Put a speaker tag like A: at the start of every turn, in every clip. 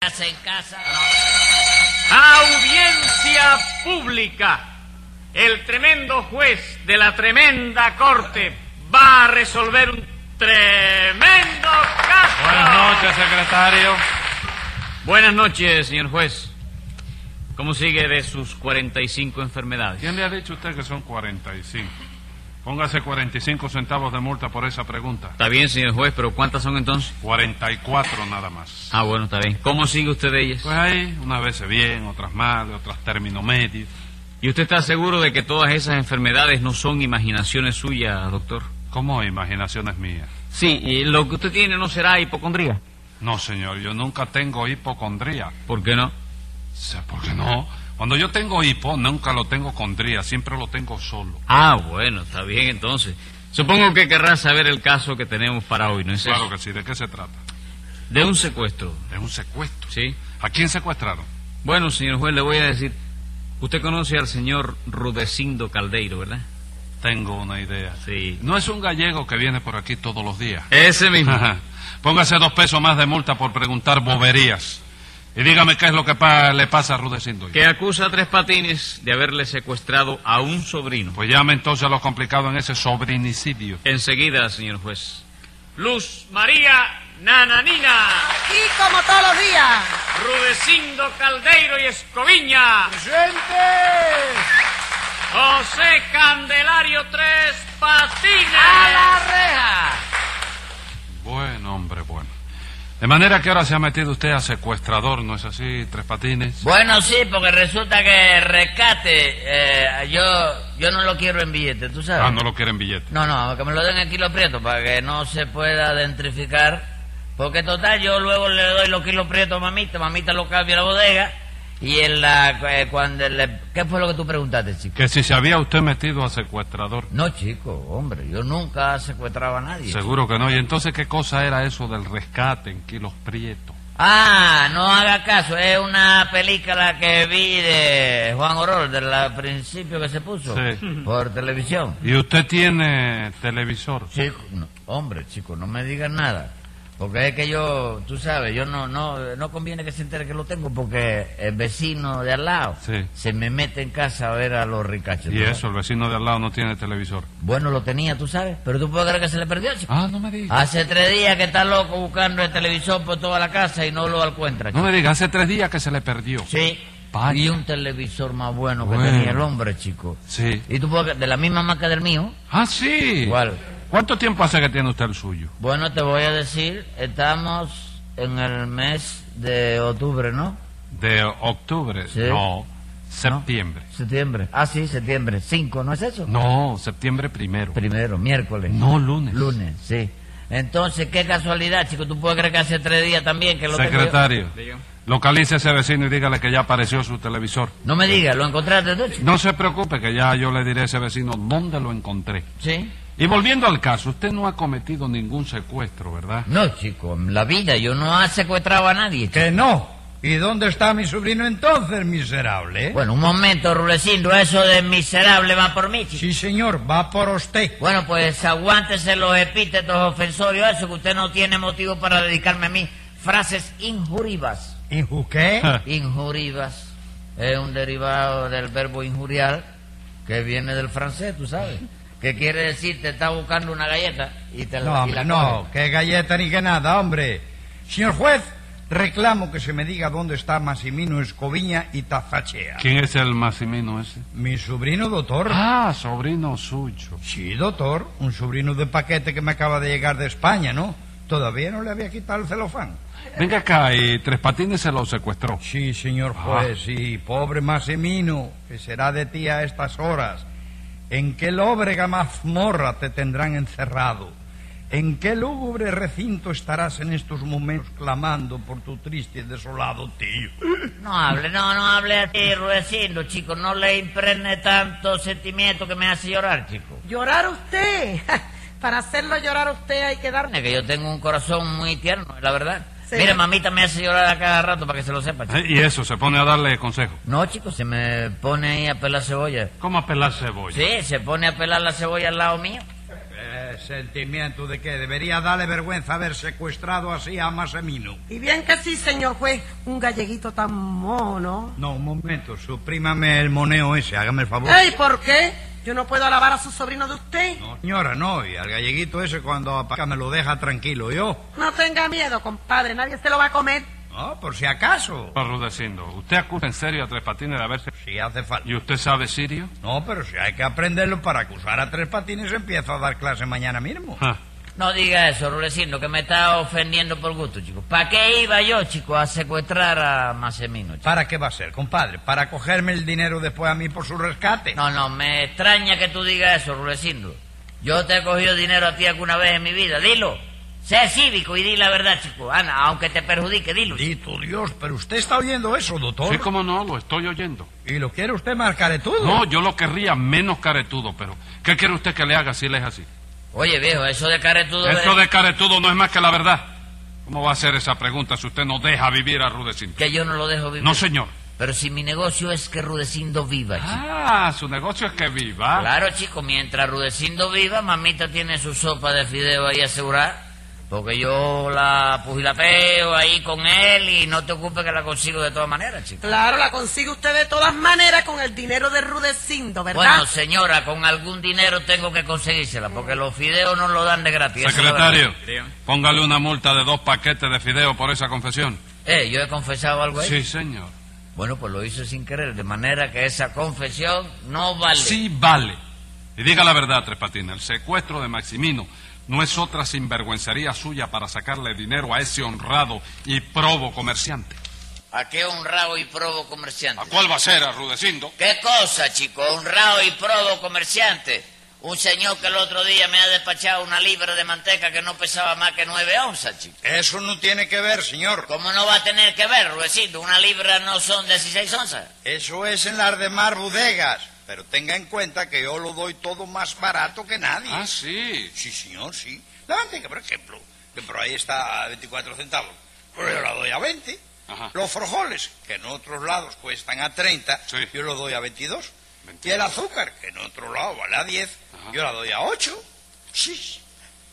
A: Estás en casa.
B: Audiencia pública. El tremendo juez de la tremenda corte va a resolver un tremendo caso.
C: Buenas noches, secretario.
B: Buenas noches, señor juez. ¿Cómo sigue de sus 45 enfermedades?
C: ¿Quién le ha dicho a usted que son 45? Póngase 45 centavos de multa por esa pregunta.
B: Está bien, señor juez, pero ¿cuántas son entonces?
C: 44 nada más.
B: Ah, bueno, está bien. ¿Cómo sigue usted de ellas?
C: Pues ahí, unas veces bien, otras mal, otras término medio.
B: ¿Y usted está seguro de que todas esas enfermedades no son imaginaciones suyas, doctor?
C: ¿Cómo imaginaciones mías?
B: Sí, y lo que usted tiene no será hipocondría.
C: No, señor, yo nunca tengo hipocondría.
B: ¿Por qué no?
C: Sé ¿Por qué no? Cuando yo tengo hipo, nunca lo tengo condría, siempre lo tengo solo.
B: Ah, bueno, está bien entonces. Supongo que querrá saber el caso que tenemos para hoy, ¿no es
C: Claro
B: eso?
C: que sí, ¿de qué se trata?
B: De un secuestro,
C: Es un secuestro.
B: ¿sí?
C: ¿A quién secuestraron?
B: Bueno, señor juez, le voy a decir. Usted conoce al señor Rudecindo Caldeiro, ¿verdad?
C: Tengo una idea.
B: Sí.
C: No es un gallego que viene por aquí todos los días.
B: Ese mismo.
C: Ajá. Póngase dos pesos más de multa por preguntar boberías. Y dígame qué es lo que pa- le pasa a Rudecindo.
B: que acusa a Tres Patines de haberle secuestrado a un sobrino.
C: Pues llame entonces a lo complicado en ese sobrinicidio.
B: Enseguida, señor juez. Luz María Nananina,
D: Aquí como todos los días.
B: Rudecindo Caldeiro y Escoviña,
E: ¡Presente!
B: José Candelario Tres Patines.
C: Buen hombre, bueno. De manera que ahora se ha metido usted a secuestrador, ¿no es así, Tres Patines?
A: Bueno, sí, porque resulta que rescate, eh, yo, yo no lo quiero en billete, ¿tú sabes?
C: Ah, no lo quieren billete.
A: No, no, que me lo den en kilos prietos para que no se pueda dentrificar. Porque total, yo luego le doy los kilos prietos a mamita, mamita lo cambia a la bodega. Y en la. eh, cuando le- ¿Qué fue lo que tú preguntaste, chico?
C: Que si se había usted metido a secuestrador.
A: No, chico, hombre, yo nunca secuestraba a nadie.
C: Seguro que no. ¿Y entonces qué cosa era eso del rescate en kilos prietos?
A: Ah, no haga caso, es una película que vi de Juan Orol, del principio que se puso
C: Sí.
A: por televisión.
C: ¿Y usted tiene televisor?
A: Chico, no, hombre, chico, no me digas nada. Porque es que yo, tú sabes, yo no, no, no conviene que se entere que lo tengo porque el vecino de al lado
C: Sí.
A: se me mete en casa a ver a los ricachos.
C: Y
A: ¿tú
C: eso,
A: sabes?
C: el vecino de al lado no tiene televisor.
A: Bueno, lo tenía, tú sabes, pero tú puedes creer que se le perdió, chico.
C: Ah, no me diga.
A: Hace tres días que está loco buscando el televisor por toda la casa y no lo encuentra.
C: No
A: chico.
C: me diga, hace tres días que se le perdió.
A: Sí.
C: Vaya.
A: Y un televisor más bueno que
C: Bueno.
A: tenía el hombre, chico.
C: Sí.
A: Y tú puedes creer, de la misma marca del mío.
C: Ah, sí.
A: ¿Cuál?
C: ¿Cuánto tiempo hace que tiene usted el suyo?
A: Bueno, te voy a decir, estamos en el mes de octubre, ¿no?
C: De octubre.
A: Sí.
C: No, septiembre.
A: Septiembre. Ah, sí, septiembre. Cinco, ¿no es eso?
C: No, septiembre primero.
A: Primero, miércoles.
C: No, lunes.
A: Lunes, sí. Entonces, qué casualidad, chico. Tú puedes creer que hace tres días también que lo tengo yo?
C: Secretario,
B: Diga.
C: localice a ese vecino y dígale que ya apareció su televisor.
A: No me digas, ¿lo encontraste tú, chico?
C: No se preocupe, que ya yo le diré a ese vecino dónde lo encontré.
A: Sí.
C: Y volviendo al caso, usted no ha cometido ningún secuestro, ¿verdad?
A: No, chico, en la vida yo no he secuestrado a nadie. chico.
E: Que no. ¿Y dónde está mi sobrino entonces, miserable?
A: Bueno, un momento, Rulecindo, eso de miserable va por mí, chico.
E: Sí, señor, va por usted.
A: Bueno, pues aguántese los epítetos ofensorios, eso que usted no tiene motivo para dedicarme a mí. Frases injurivas.
E: ¿Y qué?
A: Injurivas es un derivado del verbo injuriar que viene del francés, tú sabes. Que quiere decir te está buscando una galleta y te la,
E: No,
A: y
E: hombre,
A: la
E: no,
A: coge.
E: que galleta ni que nada, hombre. Señor juez, reclamo que se me diga dónde está Massimino Escoviña y Tafachea.
C: ¿Quién es el Massimino ese?
E: Mi sobrino, doctor.
C: Ah, sobrino suyo.
E: Sí, doctor, un sobrino de paquete que me acaba de llegar de España, ¿no? Todavía no le había quitado el celofán.
C: Venga acá, y Tres Patines se lo secuestró.
E: Sí, señor juez, sí, pobre Massimino, que será de ti a estas horas. ¿En qué lóbrega mazmorra te tendrán encerrado? ¿En qué lúgubre recinto estarás en estos momentos clamando por tu triste y desolado tío?
A: No hable, no, no hable así, Rudecindo, chico. No le impregne tanto sentimiento que me hace llorar, chico.
D: Llorar usted. Para hacerlo llorar usted hay que darme.
A: Es que yo tengo un corazón muy tierno, la verdad.
D: Sí.
A: Mire, mamita me hace llorar a cada rato para que se lo sepa, chico.
C: Eh, Y eso, se pone a darle consejo.
A: No, chico, se me pone ahí a pelar cebolla.
C: ¿Cómo a pelar cebolla?
A: Sí, se pone a pelar la cebolla al lado mío.
E: Eh, Eh, ¿Sentimiento de que Debería darle vergüenza haber secuestrado así a Massimino.
D: Y bien que sí, señor juez, un galleguito tan mono.
E: No, un momento, suprímame el moneo ese, hágame el favor.
D: ¡Ey, por qué! Yo no puedo alabar a su sobrino de usted.
E: No, señora, no, y al galleguito ese cuando apaga me lo deja tranquilo, ¿yo?
D: No tenga miedo, compadre, nadie se lo va a comer.
E: No, por si acaso.
C: Señor Rudecindo, ¿usted acusa en serio a Tres Patines de haberse...
E: Si hace falta.
C: ¿Y usted sabe sirio?
E: No, pero si hay que aprenderlo para acusar a Tres Patines, empiezo a dar clase mañana mismo.
C: Ah,
A: No diga eso, Rudecindo, que me está ofendiendo por gusto, chico. ¿Para qué iba yo, chico, a secuestrar a Macemino, chico?
E: ¿Para qué va a ser, compadre? ¿Para cogerme el dinero después a mí por su rescate?
A: No, no, me extraña que tú digas eso, Rudecindo. Yo te he cogido dinero a ti alguna vez en mi vida, dilo. Sé cívico y di la verdad, chico. Ana, aunque te perjudique, dilo. chico.
E: Dito Dios, pero usted está oyendo eso, doctor.
C: sí, cómo no, lo estoy oyendo.
E: ¿Y lo quiere usted más caretudo?
C: No, yo lo querría menos caretudo, pero ¿qué quiere usted que le haga si él es así?
A: Oye, viejo, eso de caretudo...
C: Eso
A: de-
C: de caretudo no es más que la verdad. ¿Cómo va a ser esa pregunta si usted no deja vivir a Rudecindo?
A: Que yo no lo dejo vivir.
C: No, señor.
A: Pero si mi negocio es que Rudecindo viva, chico.
C: Ah, su negocio es que viva.
A: Claro, chico, mientras Rudecindo viva, mamita tiene su sopa de fideo ahí asegurada. Porque yo la pugilapeo ahí con él y no te ocupes que la consigo de todas maneras, chico.
D: Claro, la consigue usted de todas maneras con el dinero de Rudecindo, ¿verdad?
A: Bueno, señora, con algún dinero tengo que conseguírsela, porque los fideos no lo dan de gratis. esa es la
C: Secretario,
B: Dígame.
C: póngale una multa de dos paquetes de fideo por esa confesión.
A: verdad. Eh, yo he confesado algo ahí.
C: Sí, señor.
A: Bueno, pues lo hice sin querer, de manera que esa confesión no vale.
C: Sí vale. Y diga la verdad, Tres Patines, el secuestro de Maximino no es otra sinvergüencería suya para sacarle dinero a ese honrado y probo comerciante.
A: ¿A qué honrado y probo comerciante?
C: ¿A cuál va a ser, Arrudecindo?
A: ¿Qué cosa, chico? Honrado y probo comerciante. Un señor que el otro día me ha despachado una libra de manteca que no pesaba más que nueve onzas, chico.
E: Eso no tiene que ver, señor.
A: ¿Cómo no va a tener que ver, Ruecito? Una libra no son 16 onzas.
E: Eso es en las demás bodegas. Pero tenga en cuenta que yo lo doy todo más barato que nadie.
C: Ah, sí.
E: Sí, señor, sí. La manteca, por ejemplo, que por ahí está a 24 centavos, pues yo la doy a 20.
C: Ajá.
E: Los frijoles, que en otros lados cuestan a 30,
C: Sí.
E: yo lo doy a 22.
C: 22.
E: Y el azúcar, que en otro lado vale a 10,
C: Ajá.
E: yo la doy a 8. Sí,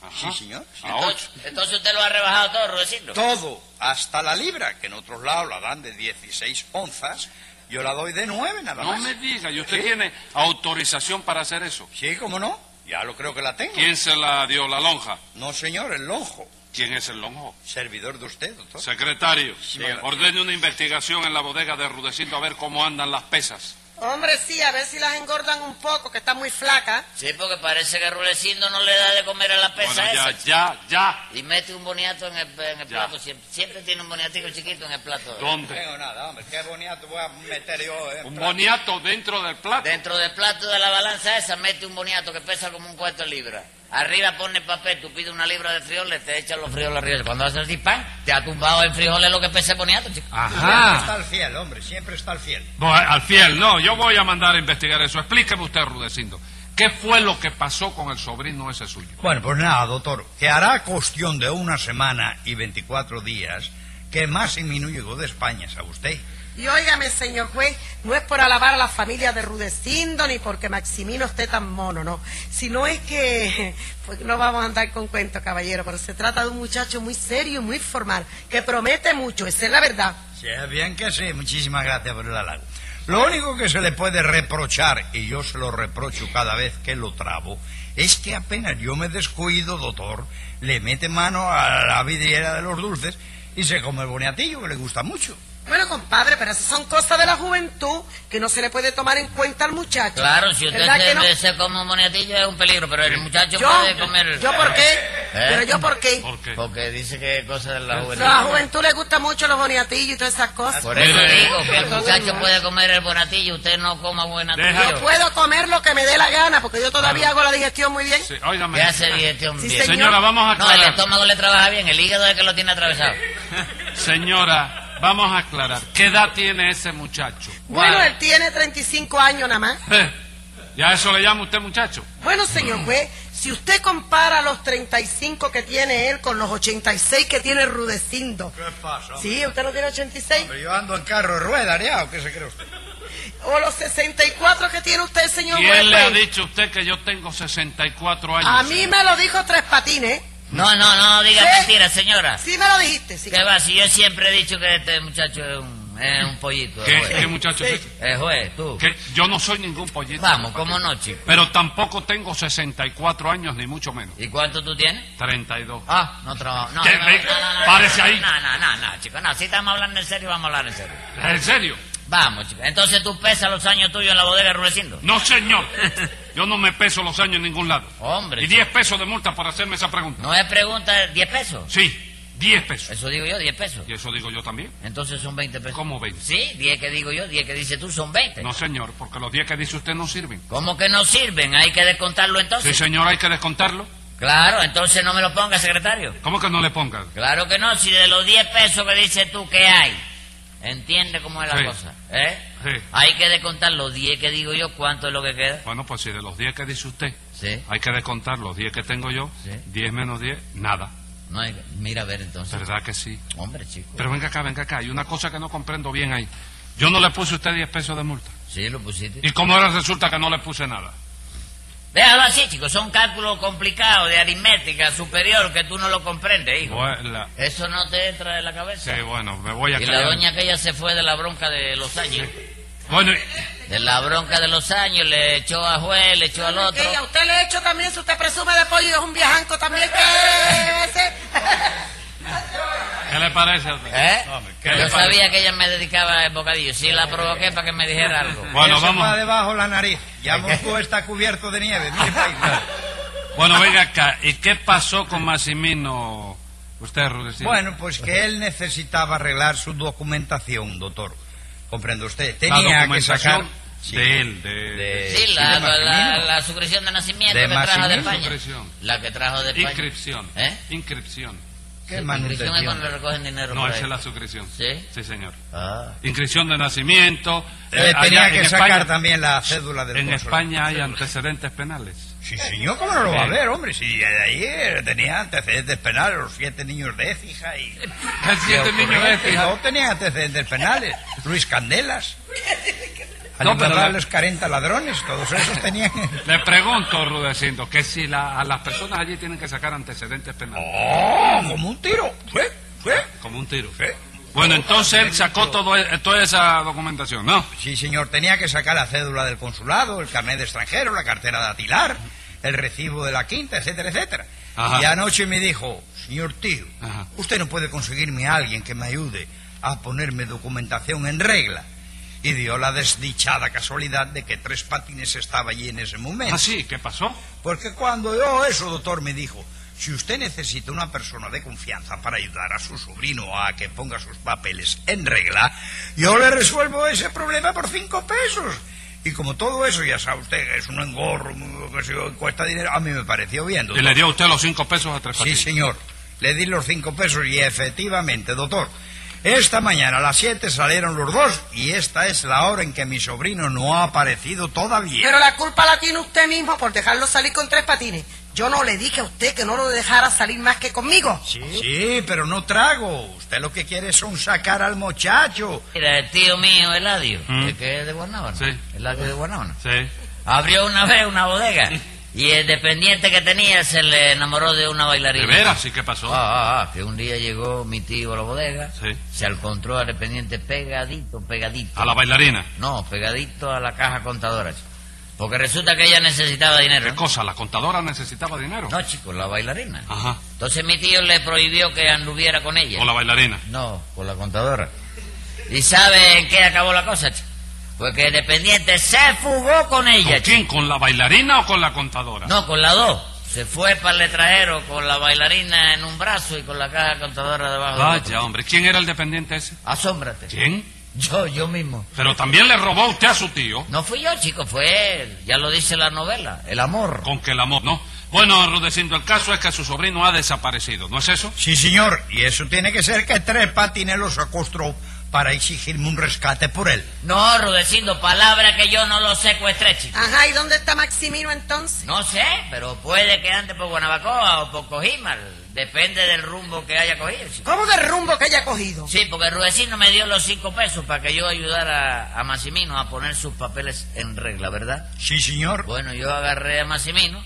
C: Ajá. Ah.
E: sí, señor. sí.
C: A
A: Entonces,
C: ocho.
A: entonces usted lo ha rebajado todo, Ruecito.
E: Todo, hasta la libra, que en otros lados la dan de 16 onzas, yo la doy de 9 nada
C: No
E: más.
C: me diga, ¿y usted tiene autorización para hacer eso?
E: Sí, cómo no. Ya lo creo que la tengo.
C: ¿Quién se la dio la lonja?
E: No, señor, el lonjo.
C: ¿Quién es el lonjo?
E: Servidor de usted, doctor.
C: Secretario,
E: madame.
C: ordene una investigación en la bodega de Rudecindo a ver cómo andan las pesas.
D: Hombre, sí, a ver si las engordan un poco, que está muy flaca.
A: Sí, porque parece que Rulecindo no le da de comer a la pesa
C: Bueno, ya,
A: esa.
C: ya, ya.
A: Y mete un boniato en el, en el
C: Ya.
A: plato. Siempre, siempre tiene un boniatico chiquito en el plato.
E: No
C: ¿Dónde?
E: tengo nada, hombre. Qué bonito voy a meter yo. eh,
C: Un
E: tra-
C: boniato dentro del plato.
A: Dentro del plato de la balanza esa mete un boniato que pesa como un cuarto de libra. Arriba pone papel, tú pides una libra de frijoles, te echan los frijoles arriba. Cuando haces así, pan, te ha tumbado en frijoles lo que pesa el boniato, chico.
E: Siempre está al fiel, hombre. Siempre está al fiel.
C: No, al fiel, no, yo voy a mandar a investigar eso. Explíqueme usted, Rudecindo, ¿qué fue lo que pasó con el sobrino ese suyo?
E: Bueno, pues nada, doctor. Que hará cuestión de una semana y 24 días que Massimino llegó de España, ¿sabe usted?
D: Y óigame, señor juez, no es por alabar a la familia de Rudecindo ni porque Maximino esté tan mono, no. Sino es que, pues no vamos a andar con cuentos, caballero, pero se trata de un muchacho muy serio y muy formal, que promete mucho, esa es la verdad.
E: Sí, bien que sí. Muchísimas gracias por el halago. Lo único que se le puede reprochar, y yo se lo reprocho cada vez que lo trabo, es que apenas yo me descuido, doctor, le mete mano a la vidriera de los dulces y se come el boniatillo, que le gusta mucho.
D: Bueno, compadre, pero esas son cosas de la juventud que no se le puede tomar en cuenta al muchacho.
A: Claro, si usted
D: ¿Verdad que
A: se,
D: no?
A: se come un boniatillo es un peligro, pero el muchacho puede
D: Yo,
A: comer... ¿Eh?
D: ¿yo por qué? ¿Pero yo por qué?
C: ¿Por qué?
A: Porque dice que es cosa de la
D: No, a la
A: juventud.
D: juventud le gustan mucho los boniatillos y todas esas cosas.
A: Por eso
C: Mire.
A: digo que el muchacho puede comer el boniatillo, usted no coma
C: Deja-
A: boniatillo.
D: Puedo comer lo que me dé la gana, porque yo todavía hago la digestión muy bien.
C: Sí, óigame.
A: ¿Qué hace digestión
D: Sí,
A: bien? este
D: señor.
C: Señora, vamos a
A: No, el
C: aclarar.
A: estómago le trabaja bien, el hígado es el que lo tiene atravesado.
C: Señora, vamos a aclarar. ¿Qué edad tiene ese muchacho?
D: Bueno,
A: Vale.
D: él tiene 35 años nada más.
C: Eh, ¿Ya eso le llama usted muchacho?
D: Bueno, señor juez, si usted compara los 35 que tiene él con los 86 que tiene Rudecindo.
E: pasa?
D: Sí, usted no tiene 86.
E: Pero yo ando en carro de rueda, ¿o ¿qué se cree usted?
D: o los 64 que tiene usted, señor juez.
C: ¿Quién le ha
D: pues.
C: dicho a usted que yo tengo 64 años?
D: A mí me lo dijo Tres Patines.
A: No, no, no diga
D: ¿Sí?
A: mentira, señora.
D: Sí me lo dijiste, sí.
A: ¿Qué va? Si yo siempre he dicho que este muchacho es un, es un pollito.
C: ¿Qué,
A: eh, juez.
C: qué muchacho?
D: Sí.
C: es?
A: Eh, juez, tú.
C: Que Yo no soy ningún pollito.
A: Vamos,
C: Patín.
A: cómo no, chico.
C: Pero tampoco tengo 64 años, ni mucho menos.
A: ¿Y cuánto tú tienes?
C: 32.
A: Ah, no trabajo. No,
C: ¿Qué?
A: no,
C: Ve-
A: no, no, no,
C: párese
A: no,
C: ahí.
A: No, no, no, no, chico. No, si estamos hablando en serio, vamos a hablar en serio.
C: ¿En serio?
A: Vamos, chico. Entonces tú pesas los años tuyos en la bodega de Rudecindo.
C: No, señor. Yo no me peso los años en ningún lado.
A: Hombre,
C: Y 10 pesos de multa por hacerme esa pregunta.
A: no es pregunta, 10 pesos.
C: Sí, 10 pesos.
A: Eso digo yo, 10 pesos.
C: Y eso digo yo también.
A: Entonces son 20 pesos.
C: ¿Cómo 20?
A: Sí, 10 que digo yo, 10 que dices tú son 20.
C: No, señor, porque los 10 que dice usted no sirven.
A: ¿Cómo que no sirven? Hay que descontarlo
C: Sí,
A: entonces.
C: señor, hay que descontarlo.
A: Claro, entonces no me lo ponga, secretario.
C: ¿Cómo que no le pongan?
A: Claro que no, si de los 10 pesos que dices tú que hay, entiende cómo es la
C: Sí.
A: cosa, ¿eh?
C: Sí.
A: Hay que descontar los 10 que digo yo, cuánto es lo que queda.
C: Bueno, pues si de los 10 que dice usted
A: Sí,
C: hay que descontar los 10 que tengo yo,
A: Sí.
C: 10 menos 10, nada.
A: no hay... mira a ver entonces.
C: ¿Verdad que sí?
A: Hombre, chico.
C: Pero venga acá, venga acá. Hay una cosa que no comprendo bien ahí. Yo no le puse a usted 10 pesos de multa.
A: Sí, lo pusiste.
C: ¿Y cómo ahora resulta que no le puse nada?
A: Déjalo así, chicos, son cálculos complicados de aritmética superior que tú no lo comprendes, hijo.
C: Bueno,
A: Eso no te entra de la cabeza.
C: sí, bueno, me voy a
A: Y la
C: callar.
A: doña aquella se fue de la bronca de los años.
C: Bueno,
A: De la bronca de los años, le echó a juez, le echó al otro.
D: Que a usted le he hecho también, si usted presume de pollo, es un viejanco también. que ese.
C: ¿qué le parece a usted?
A: ¿Eh?
C: Hombre, ¿qué le
A: Yo
C: parece?
A: sabía que ella me dedicaba el bocadillo. Sí, la provoqué para que me dijera algo.
C: Bueno,
E: Eso va
C: vamos.
E: debajo la nariz. Ya Moscú está cubierto de nieve. Mire pa' ahí.
C: Bueno, venga acá. ¿Y qué pasó con Massimino? Usted, Rudecindo.
E: Bueno, pues que él necesitaba arreglar su documentación, doctor. ¿Comprende usted?
C: la
E: Tenía que sacar...
C: documentación eh, de él, de...
E: de-
A: Sí,
E: sí,
A: la,
E: de
A: la, la,
E: Maximino.
A: la suscripción de nacimiento
E: De
A: que trajo de
E: Maximino.
A: España.
C: Suscripción.
A: La que trajo de España.
C: Inscripción.
A: ¿Eh?
C: Inscripción.
E: Qué
A: Sí,
E: manutención.
A: suscripción es cuando le recogen dinero.
C: No,
A: por
C: esa
A: ahí.
C: es la suscripción.
A: ¿Sí?
C: Sí, señor.
A: Ah.
C: Inscripción de nacimiento.
E: Le
C: eh,
E: tenía
C: allá en
E: que sacar
C: España-
E: también la cédula del
C: En
E: consulado.
C: España hay antecedentes penales.
E: Sí, señor, ¿cómo no lo va a ver, hombre? Si de ahí eh, tenía antecedentes penales, los siete niños de Écija y...
C: siete niños
E: y
C: este, de
E: ocurrentes,
C: Écija.
E: No tenían antecedentes penales. Luis Candelas.
C: No, pero la-
E: Al los 40 ladrones, todos esos tenían...
C: Le pregunto, Rudecindo, que si la- a las personas allí tienen que sacar antecedentes penales.
E: ¡Oh, como un tiro! ¿Fue? ¿Fue?
C: Como un tiro.
E: ¿Fue?
C: Bueno, entonces él sacó todo, e- toda esa documentación, ¿no?
E: Sí, señor, tenía que sacar la cédula del consulado, el carnet de extranjero, la cartera de atilar, el recibo de la quinta, etcétera, etcétera.
C: Ajá.
E: Y anoche me dijo, señor tío,
C: Ajá.
E: usted no puede conseguirme a alguien que me ayude a ponerme documentación en regla. Y dio la desdichada casualidad de que Tres Patines estaba allí en ese momento.
C: Ah, sí, ¿qué pasó?
E: Porque cuando yo eso, doctor, me dijo, si usted necesita una persona de confianza para ayudar a su sobrino a que ponga sus papeles en regla, yo le resuelvo ese problema por cinco pesos. Y como todo eso, ya sabe usted, que es un engorro, que se cuesta dinero, a mí me pareció
C: Y
E: bien, doctor.
C: le dio a usted los cinco pesos a tres
E: Sí,
C: Patines.
E: señor. Le di los cinco pesos y efectivamente, doctor. Esta mañana a las siete salieron los dos y esta es la hora en que mi sobrino no ha aparecido todavía.
D: Pero la culpa la tiene usted mismo por dejarlo salir con Tres Patines. Yo no le dije a usted que no lo dejara salir más que conmigo.
E: Sí, sí, pero no trago. Usted lo que quiere es un sacar al muchacho.
A: Mira, el tío mío, Eladio,
C: Mm.
A: el que es de Guanábana.
C: Sí.
A: Eladio de Guanábana.
C: Sí.
A: Abrió una vez una bodega y el dependiente que tenía se le enamoró de una
C: ¿De
A: bailarina.
C: veras? ¿Y qué pasó?
A: Ah, ah, ah, que un día llegó mi tío a la bodega,
C: Sí.
A: se encontró al dependiente pegadito, pegadito.
C: A la bailarina.
A: No, pegadito a la caja contadora. chico. Porque resulta que ella necesitaba dinero.
C: ¿Qué cosa? ¿La contadora necesitaba dinero?
A: Ah. No, chicos, la bailarina.
C: Ajá.
A: Entonces mi tío le prohibió que anduviera con ella.
C: ¿O la bailarina?
A: No, con la contadora. ¿Y sabe en qué acabó la cosa, chico? Pues que el dependiente se fugó con
C: ¿Con
A: ella, chico.
C: quién? ¿Con la bailarina o con la contadora?
A: No, con la dos. Se fue para el letrajero con la bailarina en un brazo y con la caja contadora debajo. del otro.
C: Vaya, hombre. ¿Quién era el dependiente ese?
A: Asómbrate.
C: ¿Quién?
A: Yo, yo mismo.
C: Pero también le robó usted a su tío.
A: No fui yo, chico, fue él. Ya lo dice la novela, el amor.
C: Con que el amor, ¿no? Bueno, Rudecindo, el caso es que su sobrino ha desaparecido, ¿no es eso?
E: Sí, señor, y eso tiene que ser que tres patines los acostró para exigirme un rescate por él.
A: No, Rudecindo, palabra que yo no lo secuestré, chico.
D: Ajá, ¿y dónde está Maximino entonces?
A: No sé, pero puede que ande por Guanabacoa o por Cojimal. Depende del rumbo que haya cogido, chico.
D: ¿Cómo del rumbo que haya cogido?
A: Sí, porque Rudecino me dio los cinco pesos para que yo ayudara a, a Massimino a poner sus papeles en regla, ¿verdad?
E: Sí, señor.
A: Bueno, yo agarré a Massimino,